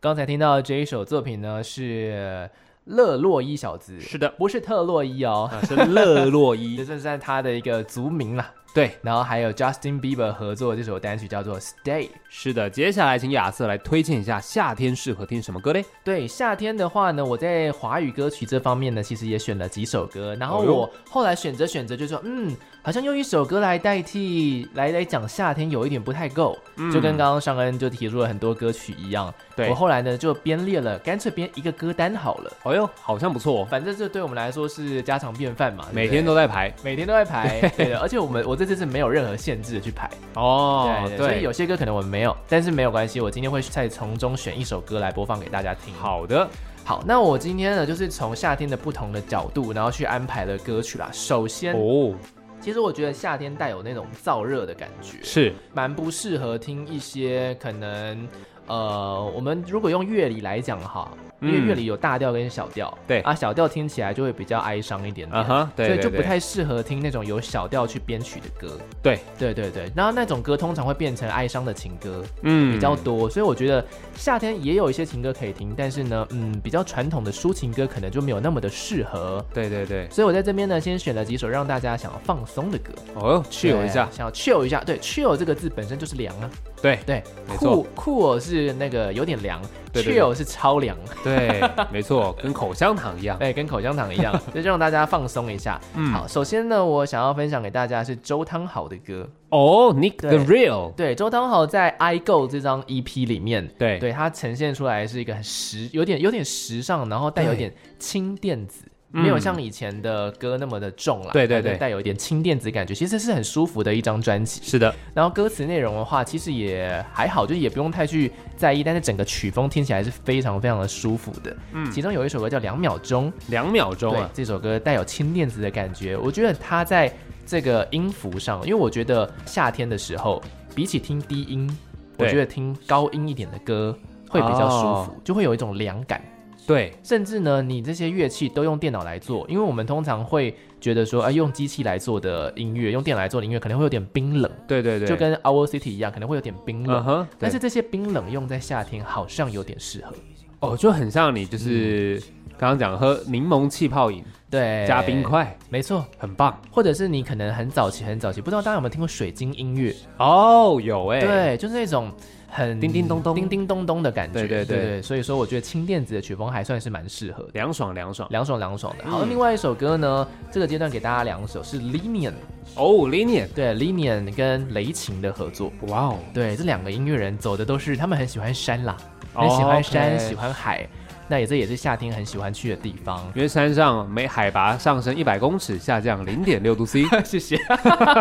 刚才听到这一首作品呢是勒洛伊小子，是的，不是特洛伊哦，啊，是勒洛这伊，算是他的一个族名啦。 对，然后还有 Justin Bieber 合作这首单曲叫做《Stay》。是的。接下来请亚瑟来推荐一下夏天适合听什么歌嘞？对夏天的话呢，我在华语歌曲这方面呢，其实也选了几首歌。然后哦哟我后来选择选择，就说嗯，好像用一首歌来代替来来讲夏天有一点不太够，就跟刚刚尚恩就提出了很多歌曲一样。嗯对我后来呢就编列了，干脆编一个歌单好了，哦哟，好像不错哦，反正这对我们来说是家常便饭嘛，对不对每天都在排每天都在 排，对的。而且我们我这次是没有任何限制的去排，哦对，所以有些歌可能我们没有，但是没有关系，我今天会再从中选一首歌来播放给大家听。好的，好，那我今天呢，就是从夏天的不同的角度，然后去安排了歌曲啦。首先，哦，其实我觉得夏天带有那种燥热的感觉，是蛮不适合听一些可能，呃，我们如果用乐理来讲哈，因为嗯乐理有大调跟小调，对啊，小调听起来就会比较哀伤一点点。啊哈，对，所以对就不对太适合听那种由小调去编曲的歌，对，对对对，然后那种歌通常会变成哀伤的情歌，嗯比较多，所以我觉得夏天也有一些情歌可以听，但是呢，嗯，比较传统的抒情歌可能就没有那么的适合。对对对，所以我在这边呢，先选了几首让大家想要放松的歌哦哟，去游一下对，想要 chill 一下。对，chill 这个字本身就是凉啊，对对，没酷错酷是那个有点凉对对对，chill 是超凉，对， 没错，跟口香糖一样，对，跟口香糖一 样，所以就让大家放松一下。嗯，好，首先呢，我想要分享给大家是周汤豪的歌。哦，Nick the 对 Real，对，周汤豪在《I Go》这张 EP 里面，对对它呈现出来是一个很时，有点有点时尚，然后带有点轻电子，嗯没有像以前的歌那么的重啦。对对但是对带有一点轻电子感觉，其实是很舒服的一张专辑。是的，然后歌词内容的话，其实也还好，就是也不用太去在意，但是整个曲风听起来是非常非常的舒服的。嗯，其中有一首歌叫《两秒钟》，两秒钟对啊，这首歌带有轻电子的感觉，我觉得它在这个音符上，因为我觉得夏天的时候，比起听低音，我对哦觉得听高音一点的歌会比较舒服，就会有一种凉感。对，甚至呢，你这些乐器都用电脑来做，因为我们通常会觉得说，哎、用机器来做的音乐，用电脑来做的音乐可能会有点冰冷，对对对，就跟 Our City 一样，可能会有点冰冷。嗯哼，但是对这些冰冷用在夏天好像有点适合，哦，就很像你就是嗯刚刚讲喝柠檬气泡饮对，加冰，块，没错，很棒或者是你可能很早期很早期，不知道大家有没有听过水晶音乐？哦，有哎，对，就是那种很叮叮咚咚叮叮咚咚的感觉。对对对对所以说我觉得轻电子的曲风还算是蛮适合的，凉爽凉爽凉爽凉爽的。好，哦嗯另外一首歌呢，这个阶段给大家两首是 Linian，哦，Linian，对 Linian 跟雷琴的合作。哇哦，对，这两个音乐人走的都是他们很喜欢山啦，哦很喜欢山，喜欢海。那也这也是夏天很喜欢去的地方。因为山上每海拔上升一百公尺，下降零点六度 C， 谢谢，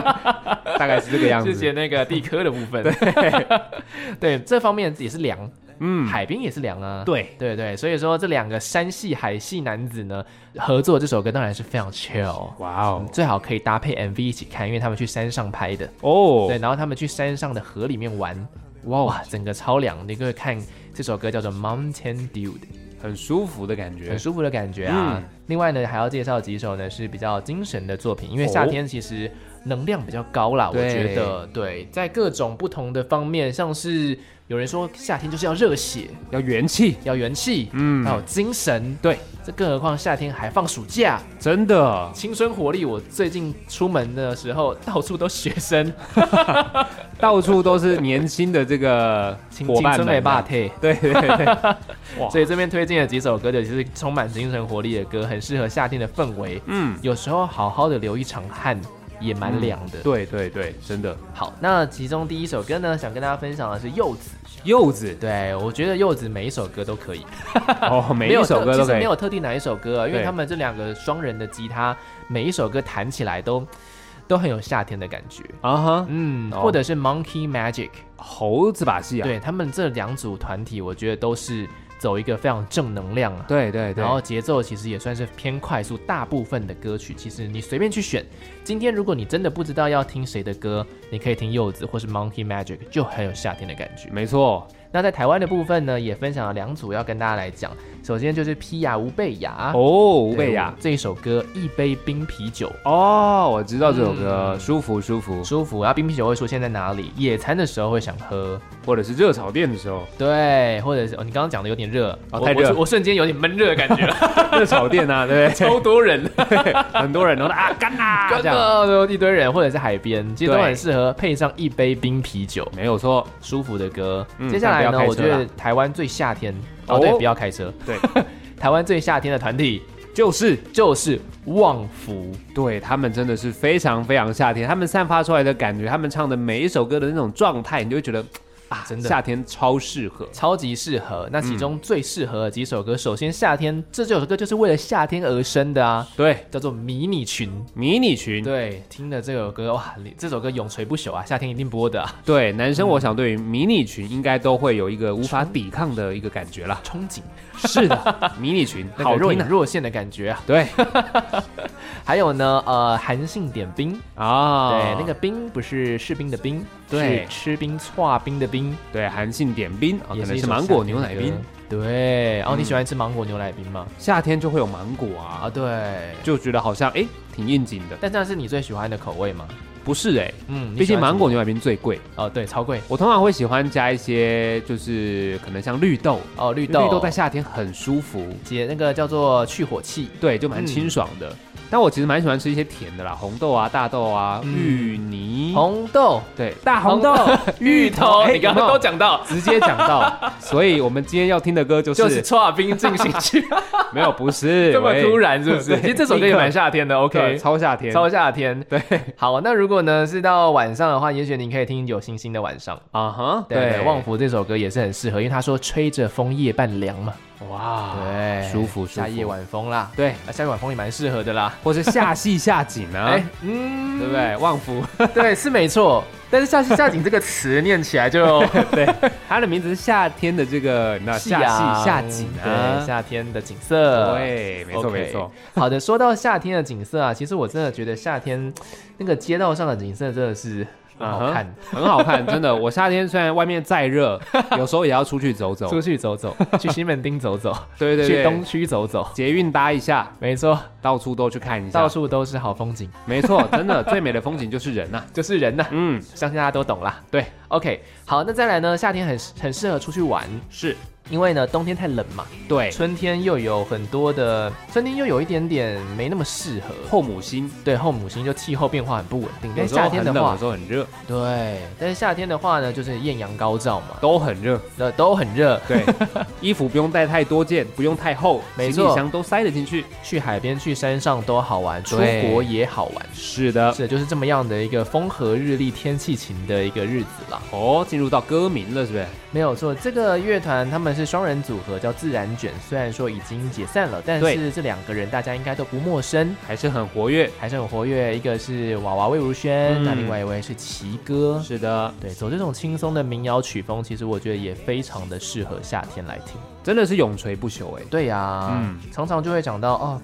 大概是这个样谢谢子。那个地科的部分。对，这方面也是凉，嗯，海边也是凉啊。对， 对对，所以说这两个山系海系男子呢合作这首歌当然是非常 chill，哇哦，最好可以搭配 MV 一起看，因为他们去山上拍的，对，哦，然后他们去山上的河里面玩，哇哦，哇，整个超凉。你可以看这首歌叫做 Mountain Dude，很舒服的感觉很。舒服的感觉啊。嗯另外呢，还要介绍几首呢是比较精神的作品，因为夏哦天其实能量比较高啦，我对觉得对，在各种不同的方面，像是有人说夏天就是要热血，要元气，要元气，嗯要有精神。对，这更何况夏天还放暑假，真的，青春活力。我最近出门的时候，到处都学生，到处都是年轻的这个青伙青伴春美们霸啊。体。对对对， 哇所以这边推荐的几首歌，就是充满精神活力的歌，很适合夏天的氛围。嗯，有时候好好的流一场汗，也蛮凉的。对对对，真的。好，那其中第一首歌呢，想跟大家分享的是柚子。柚 子对我觉得柚子每一首歌都可以，哦，每没有一首特歌都其实可没以。有特定哪一首歌啊，因为对他们这两个双人的吉他，每一首歌弹起来都都很有夏天的感觉。啊哈，嗯，哦或者是 Monkey Magic，、猴子把戏啊。对他们这两组团体，我觉得都是走一个非常正能量啊。对对对，然后节奏其实也算是偏快速，大部分的歌曲其实你随便去选。今天如果你真的不知道要听谁的歌，你可以听柚子或是 Monkey Magic，就很有夏天的感觉。没错。那在台湾的部分呢，也分享了两组要跟大家来讲。首先就是披雅吴贝雅，啊哦，对，吴贝雅，这一首歌《一杯冰啤酒》。哦，我知道这首歌，嗯舒服舒服，舒服，然后冰啤酒会出现在哪里？野餐的时候会想喝，或者是热炒店的 时候，对，或者是、哦、你刚刚讲的有点热，我哦太热我我瞬间有点闷热的感 觉，热炒店啊，对不超多人，啊对？ 很多人都啊干啦，真这样的都一堆人，或者是海边，其实都对很适合配上一杯冰啤酒，没有错，舒服的歌。嗯接下来但不呢要，开我车觉啦得台湾最夏天，哦哦对，不要开车，对， 台湾最夏天的团体就是就是旺福，对他们真的是非常非常夏天，他们散发出来的感觉，他们唱的每一首歌的那种状态，你就会觉得啊，真的夏天超适合。超级适合。那其嗯中最适合的几首歌，首先夏天这九首歌就是为了夏天而生的啊，对，叫做迷你裙。迷你裙，对，听了这首歌哇，你这首歌永垂不朽啊，夏天一定播的、啊，对，男生我想对于迷你裙应该都会有一个无法抵抗的一个感觉啦。憧憬，是的，迷你裙那个好若听隐啊。若现的感觉啊。对还有呢，呃，韩信点兵，啊，对，那个兵不是士兵的兵，对是吃冰、搓冰的冰，对韩信点冰啊，也可能一是首芒夏果天牛的奶歌冰，。嗯对，哦，你喜欢吃芒果牛奶冰吗？夏天就会有芒果啊，啊，对。就觉得好像哎挺应景的。但这样是你最喜欢的口味吗？不是哎，嗯，你毕喜竟欢什芒果么牛奶冰最贵，哦，对，超贵我通常会喜欢加一些，就是可能像绿豆，哦，绿绿豆，豆在夏天很舒服，姐那个叫做去火气，对，就蛮清爽嗯的。但我其实蛮喜欢吃一些甜的啦，红豆啊、大豆啊、嗯芋泥，红豆、对，大红豆、 芋头，哎你刚刚有没有都讲到，直接讲 到。所以我们今天要听的歌就是就是搓冰进行 曲。没有，不 是这么突，然是不是？对其实这首歌也蛮夏天的喂对，OK，超夏天，超夏天。对，好，那如果呢是到晚上的话，也许你可以听《有星星的晚上》。啊哈，对，《旺旺福》这首歌也是很适合，因为他说吹着风夜半凉嘛，哇，对，舒服舒服夏夜晚风啦，对，啊，夏夜晚风也蛮适合的啦。或是夏戏夏景 啊，哎，嗯，对不？对？旺夫，对，是没错。但是夏夏景这个词念起来 就 它的名字是夏天的这个，那夏啊戏夏景对，啊，夏天的景色，对，呃没错 OK 没错，。好的，说到夏天的景色啊，其实我真的觉得夏天那个街道上的景色真的是很嗯哼好看，很好看，真的。我夏天虽然外面再热， 有时候也要出去走走。出去走 走，去西门町走 走，对对去对，东区走走，捷运搭一下，没错，到处都去看一下。到处都是好风景，没错，真的 最美的风景就是人呐、 啊就是人呐、嗯，相信大家都懂啦。对，OK，好，那再来呢？夏天很很适合出去玩，是因为呢冬天太冷嘛，对春天又有很多的，春天又有一点点没那么适合。后母心。对，后母星就气候变化很不稳定，但有是时候夏天的很冷，话有，时候很热，对，但是夏天的话呢，就是艳阳高照嘛，都很热。那都很热， 对，衣服不用带太多件，不用太厚，没行错李箱都塞得进去。去海边、去山上都好玩，出对国也好玩。是的。是，就是这么样的一个风和日丽、天气晴的一个日子啦。哦，进入到歌名了，是不是？没有错，这个乐团他们是双人组合，叫自然卷。虽然说已经解散了，但对是这两个人大家应该都不陌生，还是很活跃。还是很活跃。一个是娃娃魏如萱，嗯那另外一位是奇哥。是的，对，走这种轻松的民谣曲风，其实我觉得也非常的适合夏天来听。真的是永垂不朽哎。对呀、嗯常常就会讲到哦，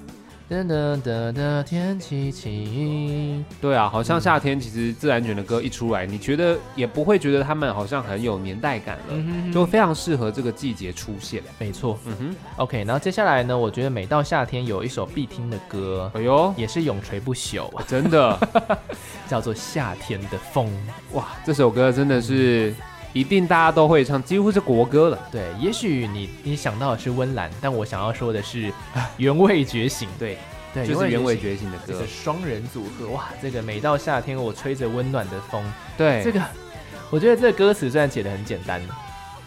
噔噔噔噔，天气晴。对啊，好像夏天其实自然卷的歌一出来，你觉得也不会觉得他们好像很有年代感了，嗯就非常适合这个季节出现。没错嗯哼， ，OK。然后接下来呢，我觉得每到夏天有一首必听的歌，哎呦，也是永垂不朽，真 的叫做《夏天的风》。哇，这首歌真的是一定大家都会唱，几乎是国歌了。对，也许你你想到的是温岚，但我想要说的是啊原味觉醒。对，对，就是原味醒。觉醒的这歌个。双人组合，哇，这个每到夏天，我吹着温暖的风，对，这个我觉得这个歌词虽然写的很简单，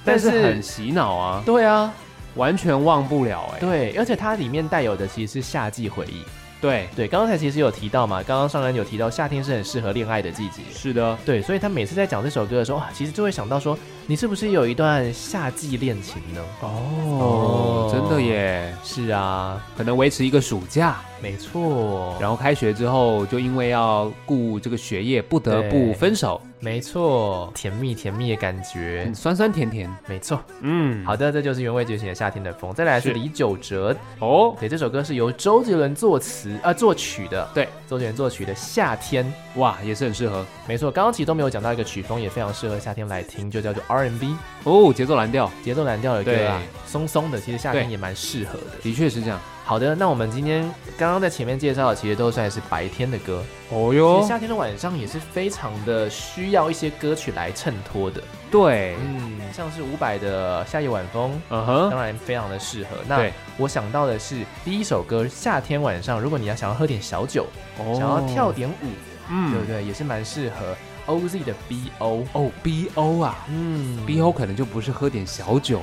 但是但是很洗脑啊，对啊，完全忘不了哎。对，而且它里面带有的其实是夏季回忆。对，对，刚才其实有提到嘛，刚刚上人有提到夏天是很适合恋爱的季节。是的，对，所以他每次在讲这首歌的时候，哇，其实就会想到说，你是不是有一段夏季恋情呢？哦，真的耶，是啊，可能维持一个暑假，没错。然后开学之后就因为要顾这个学业，不得对不分手。没错，甜蜜甜蜜的感觉，嗯酸酸甜甜，没错。嗯，好的，这就是原味觉醒的夏天的风。再来是是李玖哲，哦，对，这首歌是由周杰伦作词啊、作曲的，对，周杰伦作曲的《夏天》。哇，也是很适合没错，刚刚其实都没有讲到一个曲风，也非常适合夏天来听，就叫做 R&B 哦，节奏蓝调，节奏蓝调的歌啊对，松松的，其实夏天对也蛮适合的。的确是这样。好的，那我们今天刚刚在前面介绍的，其实都算是白天的歌，哦其实哟，夏天的晚上也是非常的需要一些歌曲来衬托的。对，嗯，像是伍佰的《夏夜晚风》。嗯哼，当然非常的适合。那对，我想到的是第一首歌，夏天晚上，如果你要想要喝点小酒，哦想要跳，点舞，对不嗯，对？也是蛮适合 OZ 的 BO。哦，B O 啊嗯，B O 可能就不是喝点小酒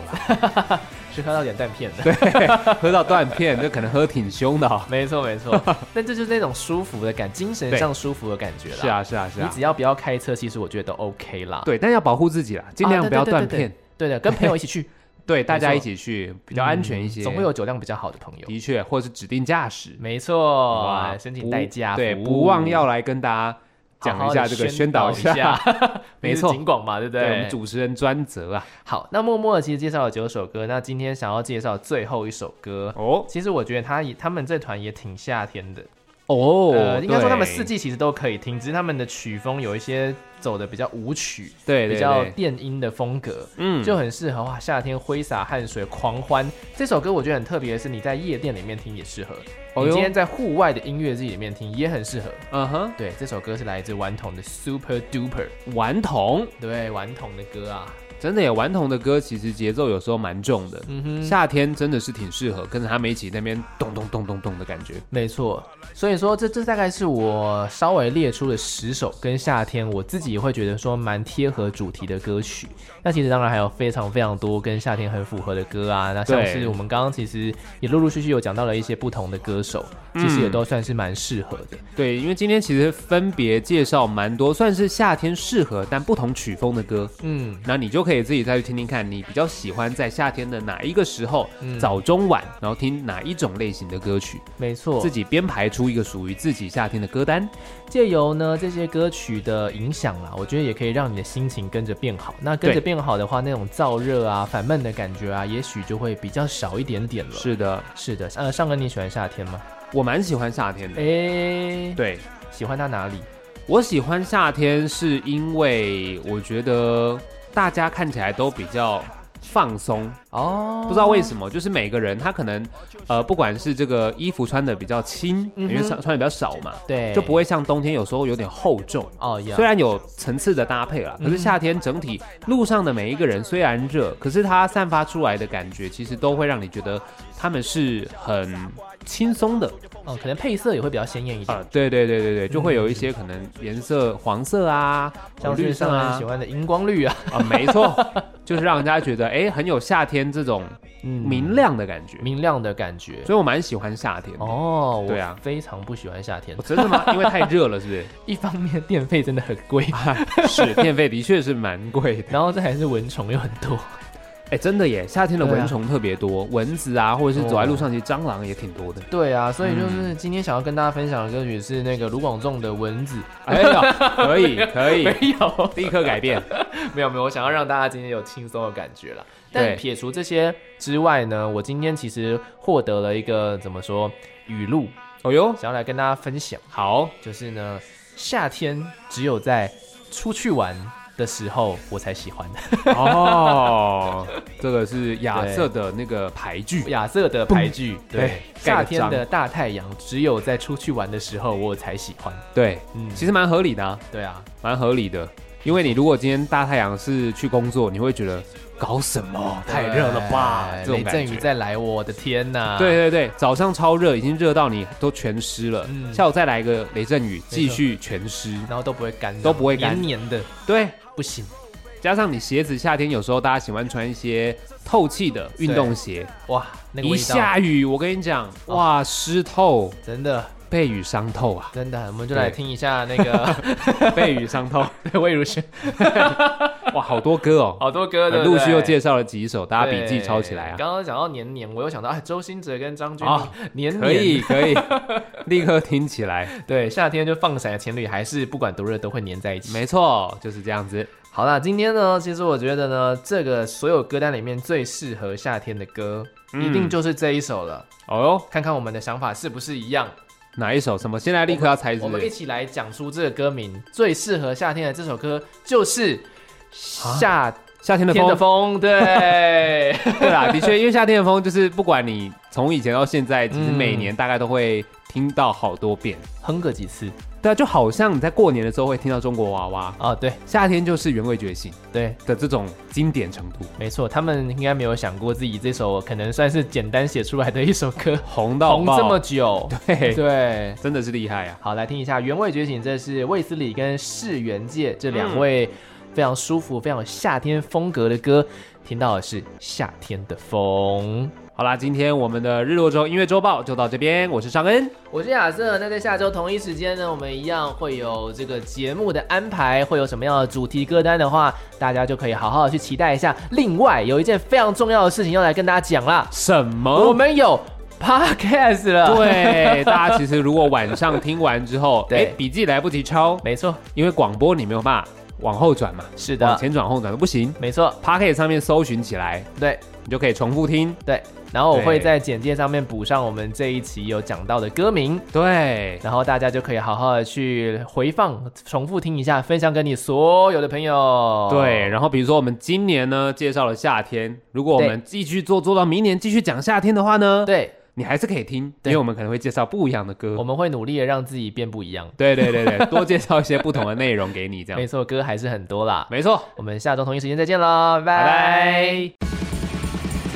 了，是喝到点断片的。 喝到断片，那可能喝挺凶 的哦。没错没 错。但这就是那种舒服的感，精神上舒服的感觉啦。是，啊，是啊，是你啊只，要不要开车，其实我觉得都 OK 啦。对，但要保护自己啦，尽啊量对不要对对断对片，对的，跟朋友一起 去对，大家没一错起去比较安全一些，总会有酒量比较好的朋友。的确，或是指定驾驶。没错哎哇，申请不代驾服务，对，不忘 要来跟大家讲一下这个，宣导一一下下。，没 没错，错景广嘛，对不对，我们对？主持人专责啊。好，那默默地其实介绍了九首歌，那今天想要介绍最后一首歌。哦其实我觉得他也他们这团也挺夏天的，哦呃，应该说他们对四季其实都可以听，只是他们的曲风有一些走的比较舞曲，对比较电音的风格，嗯就很适合哇夏天挥洒汗水狂欢。这首歌我觉得很特别，是你在夜店里面听也适合，哦你哟今天在户外的音乐季里面听也很适合。嗯哼，对，这首歌是来自顽童的 Super Duper，顽童对，顽童的歌啊，真的耶，顽童的歌其实节奏有时候蛮重的。嗯哼，夏天真的是挺适合跟着他们一起那边咚咚咚咚咚的感觉，没错，所以说这这大概是我稍微列出的十首跟夏天我自己也会觉得说蛮贴合主题的歌曲。那其实当然还有非常非常多跟夏天很符合的歌啊，那像对是我们刚刚其实也陆陆续续有讲到了一些不同的歌手，其嗯实也都算是蛮适合的。对，因为今天其实分别介绍蛮多，算是夏天适合但不同曲风的歌，嗯，那你就可以自己再去听听看，你比较喜欢在夏天的哪一个时候，嗯早中晚，然后听哪一种类型的歌曲，没错自，己编排出一个属于自己夏天的歌单。借由呢这些歌曲的影响啊啦，我觉得也可以让你的心情跟着变好。那跟着对变好的话，那种燥热啊、烦闷的感觉啊，也许就会比较少一点点了。是的，是的，呃，上恩你喜欢夏天吗？我蛮喜欢夏哎天的。诶，对，喜欢他哪里？我喜欢夏天是因为我觉得大家看起来都比较。放松，哦，不知道为什么，就是每个人他可能，呃，不管是这个衣服穿的比较轻，嗯因哼哎为穿穿的比较少嘛，对，就不会像冬天有时候有点厚重，哦呀虽，然有层次的搭配啦，可是嗯夏天整体路上的每一个人虽然热，可是它散发出来的感觉，其实都会让你觉得他们是很轻松的哦，可能配色也会比较鲜艳一点，啊。对对对对对，就会有一些可能颜色黄色啊、嗯像绿是色上恩啊喜欢的荧光绿啊，啊，没错，就是让人家觉得哎很有夏天这种嗯明亮的感觉，明亮的感觉。所以我蛮喜欢夏天的。哦，对啊我非常不喜欢夏天哦。真的吗？因为太热了，是不是？一方面电费真的很贵，是电费的确是蛮贵的。然后再还是蚊虫又很多。哎，真的耶，夏天的对啊蚊虫特别多，蚊子啊，或者是走在路上，其实蟑螂也挺多的。对啊，所以就是今天想要跟大家分享的歌曲是那个卢广仲的《蚊子哎呀，可以 ，可以》，没有，立刻改变。没有没有，我想要让大家今天有轻松的感觉啦。但对撇除这些之外呢，我今天其实获得了一个怎么说语录，哦哟，想要来跟大家分享，好就是呢，夏天只有在出去玩的时候我才喜 欢哦，这个是亚瑟的那个牌剧，亚瑟的牌句，对嗯对，夏盖个天的大太阳只有在出去玩的时候我才喜欢，对，嗯，其实蛮合理的、啊，对啊，蛮合理的。因为你如果今天大太阳是去工作，你会觉得搞什么？太热了吧，对这种哎雷阵感雨觉。再来，我的天呐，对对对，早上超热，已经热到你都全湿了。嗯下午再来一个雷阵雨，继续全湿。然后都不会干，都不会干黏黏的，对，不行。加上你鞋子，夏天有时候大家喜欢穿一些透气的运动鞋，哇，那个一味道哦下雨，我跟你讲，哇，湿透，真的，被雨伤透啊 真的，我们就来对听一下那个被雨伤透，对魏如萱， 哇，好多歌 哦， 好多歌的陆续又介绍了几首，大家笔记对抄起来啊。刚刚讲到年年，我又想到哎，周星哲跟张钧哦甯年可年以 可以，立刻听起来。对夏天就放闪的情侣，还是不管多热都会粘在一起。没错，就是这样子。好啦，今天呢，其实我觉得呢，这个所有歌单里面最适合夏天的歌，嗯一定就是这一首了。哦哟，看看我们的想法是不是一样？哪一首？什么？现在立刻要猜是我不们一是？起来讲出这个歌名。最适合夏天的这首歌就是《夏啊夏天的天的。 风风》。对， 对啦，的确，因为夏天的风就是不管你从以前到现在，其实嗯每年大概都会听到好多遍。哼个几次对啊，就好像你在过年的时候会听到中国娃娃，啊？对夏天就是原味觉醒对，的这种经典程度，没错，他们应该没有想过自己这首可能算是简单写出来的一首歌红 到红爆。这 么久。对，对，真的是厉害啊！好，来听一下《原味觉醒》，这是卫斯理跟世元界这两嗯位非常舒服、非常有夏天风格的歌。听到的是夏天的风。好啦，今天我们的日落周音乐周报就到这边，我是尚恩，我是亚瑟，那在下周同一时间呢，我们一样会有这个节目的安排，会有什么样的主题歌单的话，大家就可以好好的去期待一下。另外，有一件非常重要的事情要来跟大家讲啦，什么？我们有 podcast 了。，哦对，大家其实如果晚上听完之 后，对哎，笔记来不及抄，没错，因为广播你没有办法往后转嘛，是往的，前转后转都不行。没错， Pocket 上面搜寻起来，对。你就可以重复听。对，然后我会对在简介上面补上我们这一期有讲到的歌名，对，然后大家就可以好好的去回放、重复听一下，分享给你所有的朋友。对，，然后比如说我们今年呢介绍了夏天，如果我们继续做做到明年继续讲夏天的话呢，对，你还是可以听，因对为我们可能会介绍不一样的歌我。们会努力的让自己变不一样。对对对对， 多介绍一些不同的内容给你，这没样错，歌还是很多啦。没错。我们下周同一时间再见啦，拜拜拜。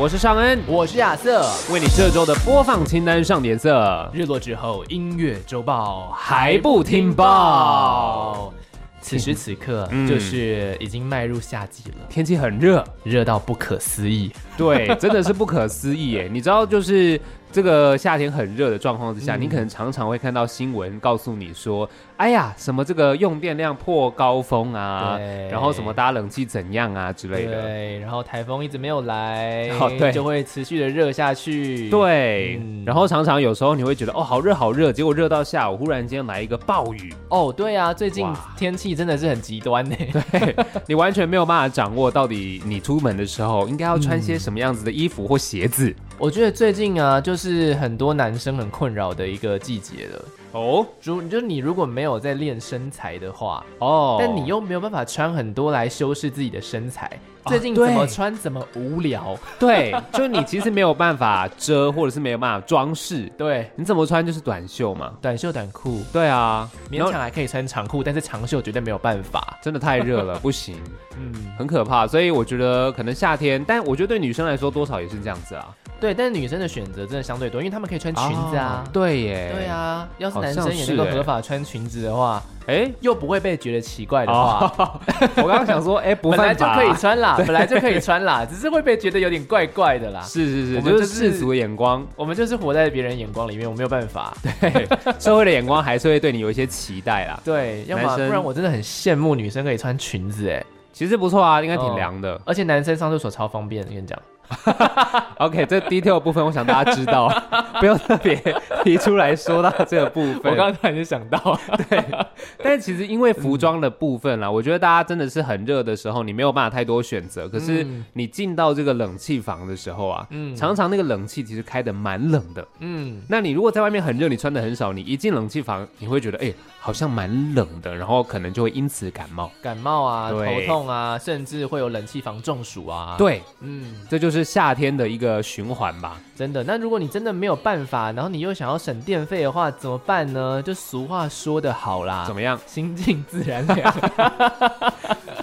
我是尚恩，我是亚瑟，为你这周的播放清单上点色。日落之后音乐周报。还不听报？哦，此时此刻嗯就是已经迈入夏季了，天气很热，热到不可思议。 对，真的是不可思议耶！你知道，就是这个夏天很热的状况之下，嗯你可能常常会看到新闻告诉你说，哎呀，什么这个用电量破高峰啊，对然后什么搭冷气怎样啊之类的。对，然后台风一直没有来，哦对就会持续的热下去。，对，嗯然后常常有时候你会觉得哦，好热好热，结果热到下午忽然间来一个暴 雨，哦，对啊，最近哇天气真的是很极端呢。你完全没有办法掌握到底你出门的时候应该要穿些什么样子的衣服或鞋子。 我觉得最近啊，就是很多男生很困扰的一个季节了。哦如就是你如果没有在练身材的话，哦，但你又没有办法穿很多来修饰自己的身材，最近哦对怎么穿怎么无聊。对，就你其实没有办法遮，或者是没有办法装饰，对，你怎么穿就是短袖嘛。短袖短裤，对啊，然勉后强还可以穿长裤，但是长袖绝对没有办法。真的太热 了，不行，嗯，很可怕。所以我觉得可能夏天，但我觉得对女生来说多少也是这样子啊，对，但是女生的选择真的相对多，因为她们可以穿裙子啊。哦对耶，对，啊，要是好男像生也是能够欸合法穿裙子的话，哎，又不会被觉得奇怪的哦话，我刚刚想说，哎，不本来犯就法，可以穿啦，本来就可以穿啦，只是会被觉得有点怪怪的啦。是是我是，们就是就是世俗的眼光， 我们就是活在别人眼光里面，我没有办法。社会的眼光还是会对你有一些期待啦。对，要么男不生然我真的很羡慕女生可以穿裙子哎，其实不错啊，应该哦挺凉的。而且男生上厕所超方便，跟你讲。 OK，这 detail 的部分我想大家知 道，不用特别提出来说到这个部分。我刚刚突然就想到， 但其实因为服装的部分啊嗯啦，我觉得大家真的是很热的时候，你没有办法太多选择。可是嗯你进到这个冷气房的时候啊，嗯常常那个冷气其实开的蛮冷的。 嗯，那你如果在外面很热，你穿的很少，你一进冷气房，你会觉得哎、好像蛮冷的，然后可能就会因此感冒。感冒啊、头对痛啊，甚至会有冷气房中暑啊。，对，嗯，这就就是夏天的一个循环吧。真的。那如果你真的没有办法，然后你又想要省电费的话，怎么办呢？就俗话说得好啦，怎么样？心静自然凉，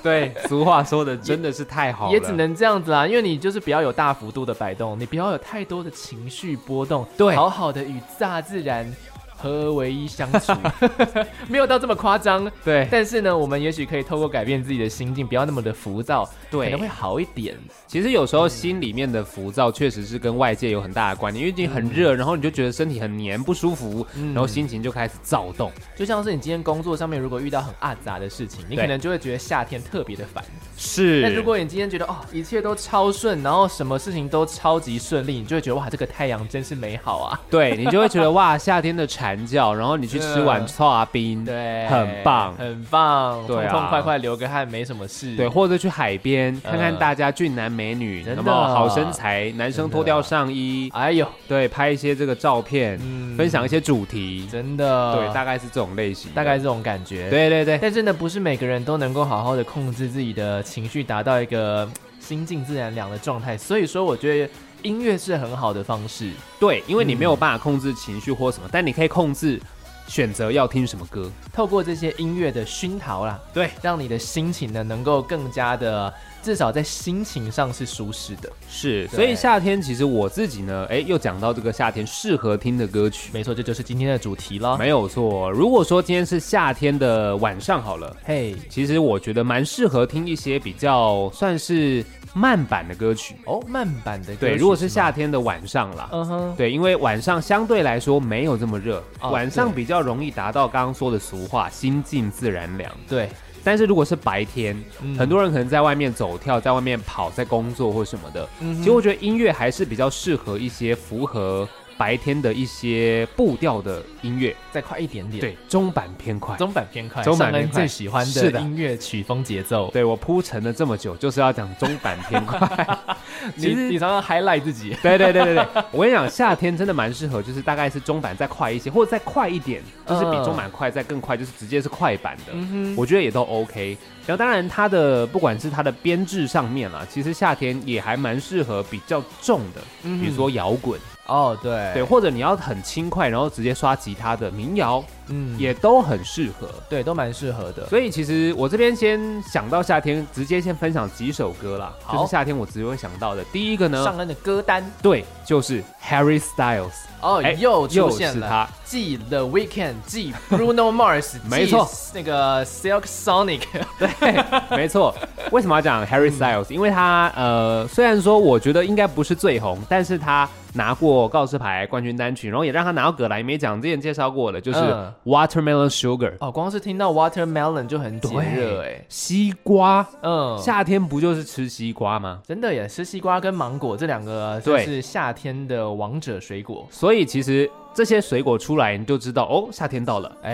对，俗话说的真的是太好了，也只能这样子啦。因为你就是不要有大幅度的摆动，你不要有太多的情绪波动，对好好的与大自然合而为一相 处，没有到这么夸张。对但是呢，我们也许可以透过改变自己的心境，不要那么的浮躁，可能会对。好一点。其实有时候心里面的浮躁确实是跟外界有很大的关联，因为你很热，然后你就觉得身体很黏不舒服，嗯然后心情就开始躁动。就像是你今天工作上面如果遇到很阿杂的事情，你对可能就会觉得夏天特别的烦。是但如果你今天觉得哦一切都超顺，然后什么事情都超级顺利，你就会觉得哇这个太阳真是美好啊。对你就会觉 得哇，夏天的蝉叫，然后你去吃碗嗯刨冰，对，很棒很棒，对啊痛痛快快流个汗没什么事。对，或者去海边看看嗯大家俊男美女，真那的啊么好身材，男生脱掉上衣，哎呦，对，拍一些这个照片，嗯分享一些主题，真的，啊对，大概是这种类型的，大概是这种感觉。，对对对，但是呢，不是每个人都能够好好的控制自己的情绪，达到一个嗯心静自然凉的状态。所以说，我觉得音乐是很好的方式。对，因为你没嗯有办法控制情绪或什么，但你可以控制选择要听什么歌。透过这些音乐的熏陶啦，对，让你的心情呢能够更加的，至少在心情上是舒适的。是，所对以夏天其实我自己呢，哎，又讲到这个夏天适合听的歌曲，没错，这就是今天的主题了。没有错。如果说今天是夏天的晚上好了，嘿，其实我觉得蛮适合听一些比较算是慢版的歌曲。哦，慢版的歌曲对，如果是夏吗，天的晚上啦，嗯哼，对，因为晚上相对来说没有这么热，哦晚上对比较容易达到刚刚说的俗话“心静自然凉”。对，但是如果是白天，嗯很多人可能在外面走跳，在外面跑，在工作或什么的。嗯哼其实我觉得音乐还是比较适合一些符合白天的一些步调的音乐，再快一点点。，对，中版偏快。中版偏快，中版上恩偏快最喜欢是的的音乐曲风节奏。对我铺陈了这么久，就是要讲中版偏快。 你其实你常常 highlight 自己， 对对对对对，我跟你讲，夏天真的蛮适合，就是大概是中版再快一些，或者再快一点，嗯就是比中版快再更快，就是直接是快版的，我觉得也都 OK。然后当然它的不管是它的编制上面啦，其实夏天也还蛮适合比较重的，嗯比如说摇滚， 哦，对对，，或者你要很轻快，然后直接刷吉他的民谣，嗯，也都很适合。对，都蛮适合的。所以其实我这边先想到夏天，直接先分享几首歌啦，就好是夏天我直接会想到的。第一个呢，上恩的歌单对，就是 Harry Styles。哦，哎又出又现是了他，继 The Weeknd，继 Bruno Mars，没错继那个 Silk Sonic，对， 没错。为什么要讲 Harry Styles？因为他呃，虽然说我觉得应该不是最红，但是他拿过告示牌冠军单曲，然后也让他拿到葛莱美奖。之前介绍过了，就是嗯 Watermelon Sugar，、 哦，光是听到 Watermelon 就很解热哎、西瓜。嗯，夏天不就是吃西瓜吗？真的耶，吃西瓜跟芒果这两个就对是夏天的王者水果，所以其实这些水果出来，你就知道哦，夏天到了。哎、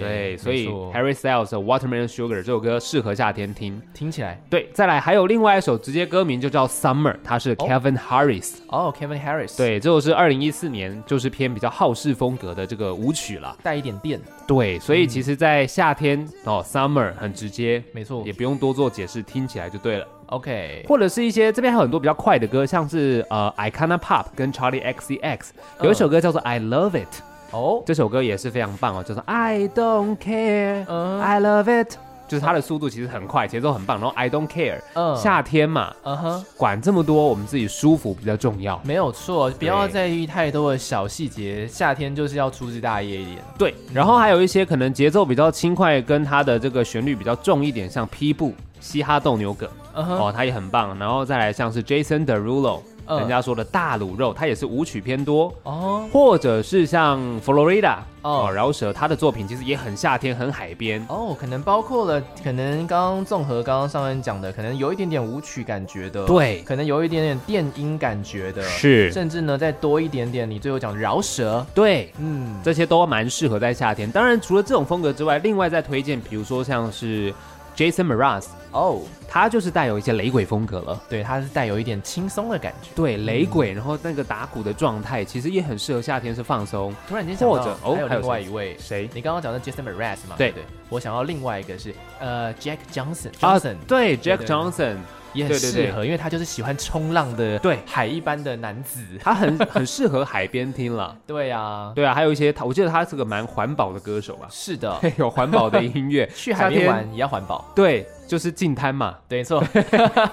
对，所没以错 Harry Styles 的 Watermelon Sugar 这首歌适合夏天听。听起来对，再来还有另外一首直接歌名就叫 Summer，它是哦 Kevin Harris。哦，Kevin Harris，，对，这首是二零一四年，就是偏比较好事风格的这个舞曲啦。带一点电，对，所以嗯其实，在夏天、哦，summer 很直接，没错也不用多做解释，听起来就对了。 ，OK，或者是一些这边还有很多比较快的歌，像是呃 Icona Pop 跟 Charlie XCX 有一嗯首歌叫做 I Love It，、哦，这首歌也是非常棒哦，叫做 I Don't Care、嗯 I Love It，就是它的速度其实很快，节奏很棒，然后 I Don't Care，、嗯夏天嘛，嗯哼，管这么多，我们自己舒服比较重要。没有错，不要在意太多的小细节，夏天就是要粗枝大叶一点，对，然后还有一些可能节奏比较轻快，跟它的这个旋律比较重一点，像劈布、嘻哈斗牛梗，嗯哼，哦，它也很棒。然后再来像是 Jason Derulo，、嗯人家说的大卤肉，它也是舞曲偏多，哦，或者是像 Florida 哦哦饶舌，他的作品其实也很夏天，很海边。哦，可能包括了，可能刚刚综合刚刚上恩讲的，可能有一点点舞曲感觉的，对可能有一点点电音感觉的，是甚至呢再多一点点，你最后讲饶舌，对，嗯，这些都蛮适合在夏天。当然，除了这种风格之外，另外再推荐，比如说像是 Jason Mraz，哦，他就是带有一些雷鬼风格了。对，它是带有一点轻松的感觉，对雷鬼，然后那个打鼓的状态，其实也很适合夏天是放松。突然间想到，或者哦还有还有另外一位。谁你刚刚讲的 Jason Mraz 嘛？对不对，我想要另外一个是呃 Jack Johnson 啊 Johnson，、？对对，Jack 对 Johnson，也很对对适合，对因为他就是喜欢冲浪的，对海一般的男子。他 很很适合海边听了。对啊，对啊，还有一些他，我记得他是个蛮环保的歌手吧，是的， 有环保的音乐。去海夏边天玩也要环保， 对，就是净滩嘛，对，没 错，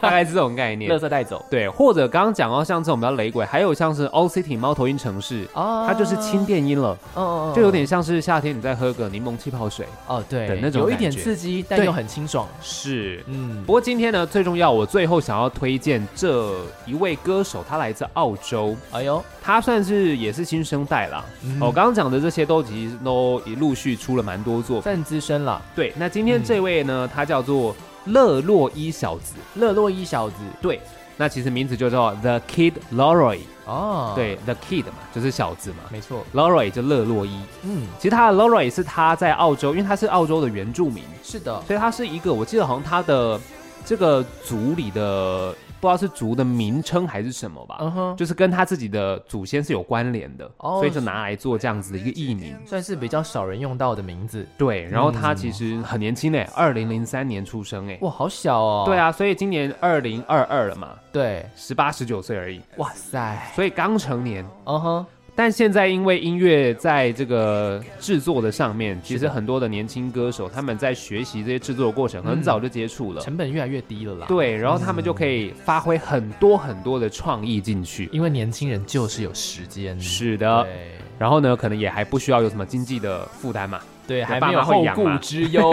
大概是这种概垃念。圾带走 对，或者刚刚讲到像这种比较雷鬼，还有像是 O City 猫头鹰城市，啊它就是轻，电音了，哦哦哦就有点像是夏天你在喝个柠檬气泡水。哦，的对，那种有一感点觉刺激，但对又很清爽，是，嗯，不过今天呢，最重要，我最后想要推荐这一位歌手，他来自澳洲，哎呦，他算是也是新生代啦。哦嗯我、刚刚讲的这些都其实都也陆续出了蛮多作品。算资深了，对，那今天这位呢，他叫做乐洛伊小子。乐洛伊小子对，那其实名字就叫 The Kid Leroy、哦，，对，The Kid 嘛，就是小子嘛。没错， Leroy 就乐洛伊。嗯，其实他的 Leroy 是他在澳洲，因为他是澳洲的原住民，是的，所以他是一个，我记得好像他的这个族里的不知道是族的名称还是什么吧，嗯哼，就是跟他自己的祖先是有关联的，哦所以就拿来做这样子的一个艺名。算是比较少人用到的名字，对，然后他其实很年轻诶，欸二零零三年出生诶。哇，好小嗯哦，对，啊，所以今年二零二二了嘛，对，十八十九岁而已，哇塞，所以刚成年。嗯哼，但现在因为音乐在这个制作的上面，其是实的很多的年轻歌手他们在学习这些制作的过程，嗯很早就接触了。成本越来越低了啦，，对，然后他们就可以发挥很多很多的创意进去。因为年轻人就是有时间，呃是的，对。然后呢，可能也还不需要有什么经济的负担 嘛，对，还爸没有妈会后养顾嘛之 忧。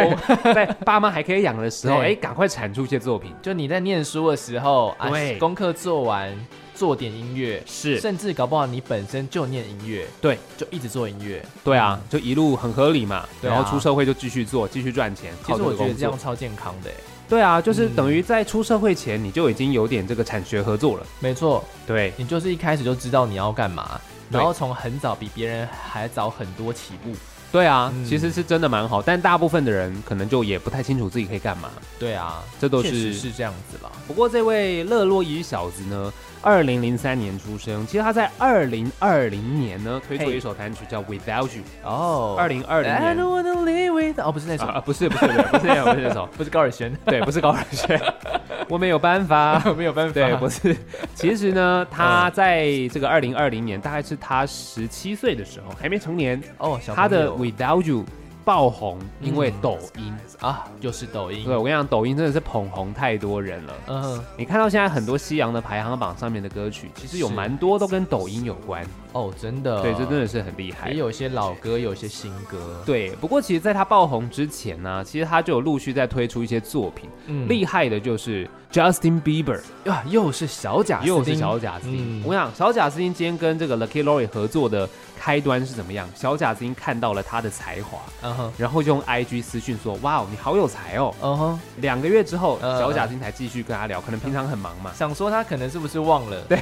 在爸妈还可以养的时候，对哎，赶快产出一些作品。就你在念书的时候，啊对，功课做完，做点音乐，是甚至搞不好你本身就念音乐，对，就一直做音乐。对啊，就一路很合理嘛，对然啊后出社会就继续做，继续赚钱，其靠实这个我觉得工这样作。超健康的欸，对啊，就是嗯等于在出社会前你就已经有点这个产学合作了。没错，对，你就是一开始就知道你要干嘛，对然后从很早比别人还早很多起步。对啊，嗯其实是真的蛮好，但大部分的人可能就也不太清楚自己可以干嘛。对啊，这都确实是是这样子啦。不过这位勒洛伊小子呢，二零零三年出生，其实他在二零二零年呢推出嘿一首单曲叫《Without You》，哦，二零二零 I 年 don't。wanna live with，哦，不是那首，啊，不是不是不是不是那首 不是那首，不是高尔宣，对，不是高尔宣， 我没有办法，没有办法对，不是。其实呢，他在这个二零二零年，大概是他十七岁的时候，还没成年，哦，小他的《朋友嗯 Without You》爆红，因为抖音。啊，又是抖音嗯对，，我跟你讲，抖音真的是捧红太多人了。嗯哼，你看到现在很多西洋的排行榜上面的歌曲，其实有是蛮多都跟抖音有关。哦，真的，对，这真的是很厉害也。有一些老歌，有一些新歌，对，不过其实，在他爆红之前呢、其实他就有陆续在推出一些作品。嗯厉害的就是 Justin Bieber，呀，又是小贾斯汀，又是小贾斯汀。嗯我想，小贾斯汀今天跟这个 Lucky Lori 合作的开端是怎么样？小贾斯汀看到了他的才华，嗯哼，然后用 IG 私讯说：“哇哦，你好有才哦！”嗯哼，两个月之后，嗯，小贾斯汀才继续跟他聊，可能平常很忙嘛想说他可能是不是忘了？对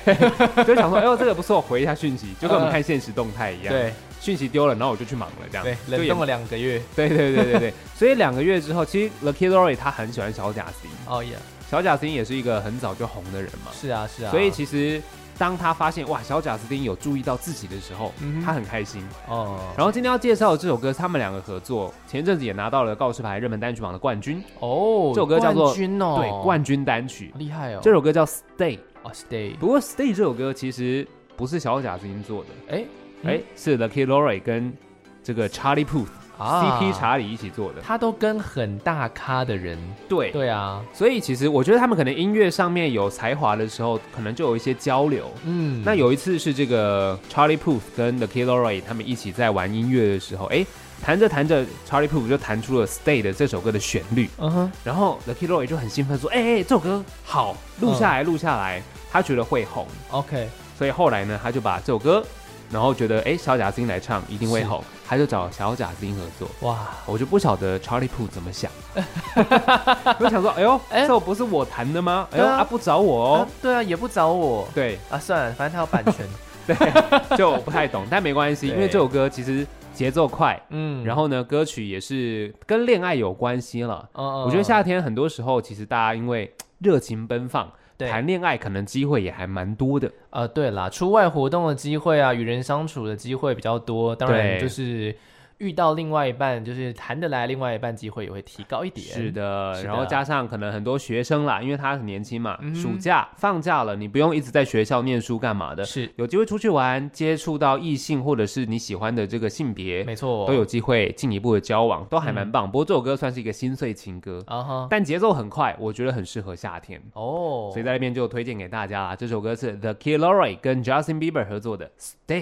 就想说：“哎呦，这个不错，回一下讯息。”就跟我们看现实动态一样，嗯对讯息丢了，然后我就去忙了，这样对，就冷也冻了两个月。对对对对对，所以两个月之后，其实 Lucky Lori 他很喜欢小贾斯汀，哦耶，小贾斯汀也是一个很早就红的人嘛，是啊是啊，啊所以其实当他发现哇小贾斯汀有注意到自己的时候，嗯哼他很开心。哦然后今天要介绍的这首歌是他们两个合作，前一阵子也拿到了告示牌热门单曲榜的冠军，哦，这首歌叫做冠军哦，对，冠军单曲。厉害哦，这首歌叫 Stay，哦 stay，不过 Stay 这首歌其实不是小贾斯汀做的，哎哎、是 Lucky Lori 跟这个 Charlie Puth、CP 茶，查理一起做的，啊他都跟很大咖的人，对。对啊，所以其实我觉得他们可能音乐上面有才华的时候，可能就有一些交流。嗯，那有一次是这个 Charlie Puth 跟 The Kid Laroi 他们一起在玩音乐的时候，哎，弹着弹着，Charlie Puth 就弹出了《Stay》的这首歌的旋律，嗯哼，然后 The Kid Laroi 就很兴奋说：“哎哎，这首歌好，录下嗯来，录下来。”他觉得会红， OK，所以后来呢，他就把这首歌，然后觉得哎小贾斯汀来唱一定会是红，他就找小贾斯汀合作。哇，我就不晓得 Charlie Puth 怎么想， 我就想说，哎呦，哎这首不是我弹的吗？哎对呦，啊啊不找我哦哦，，对啊，也不找我对啊，算了，反正他有版 权，对，就不太懂，但没关系，因为对这首歌其实节奏快，嗯，然后呢，歌曲也是跟恋爱有关系了。嗯，嗯我觉得夏天很多时候，其实大家因为热情奔放，对谈恋爱可能机会也还蛮多的。呃，对啦，出外活动的机会啊，与人相处的机会比较多，当然对就是遇到另外一半，就是谈得来，另外一半机会也会提高一点。是，的，是的然后加上可能很多学生啦，因为他很年轻嘛，嗯暑假放假了，你不用一直在学校念书干嘛的，是有机会出去玩，接触到异性或者是你喜欢的这个性别，没错，嗯都有机会进一步的交往，都还蛮棒。不过这首歌算是一个心碎情歌，啊哈但节奏很快，我觉得很适合夏天，哦，所以在那边就推荐给大家啦。这首歌是 The Killroy 跟 Justin Bieber 合作的《Stay》。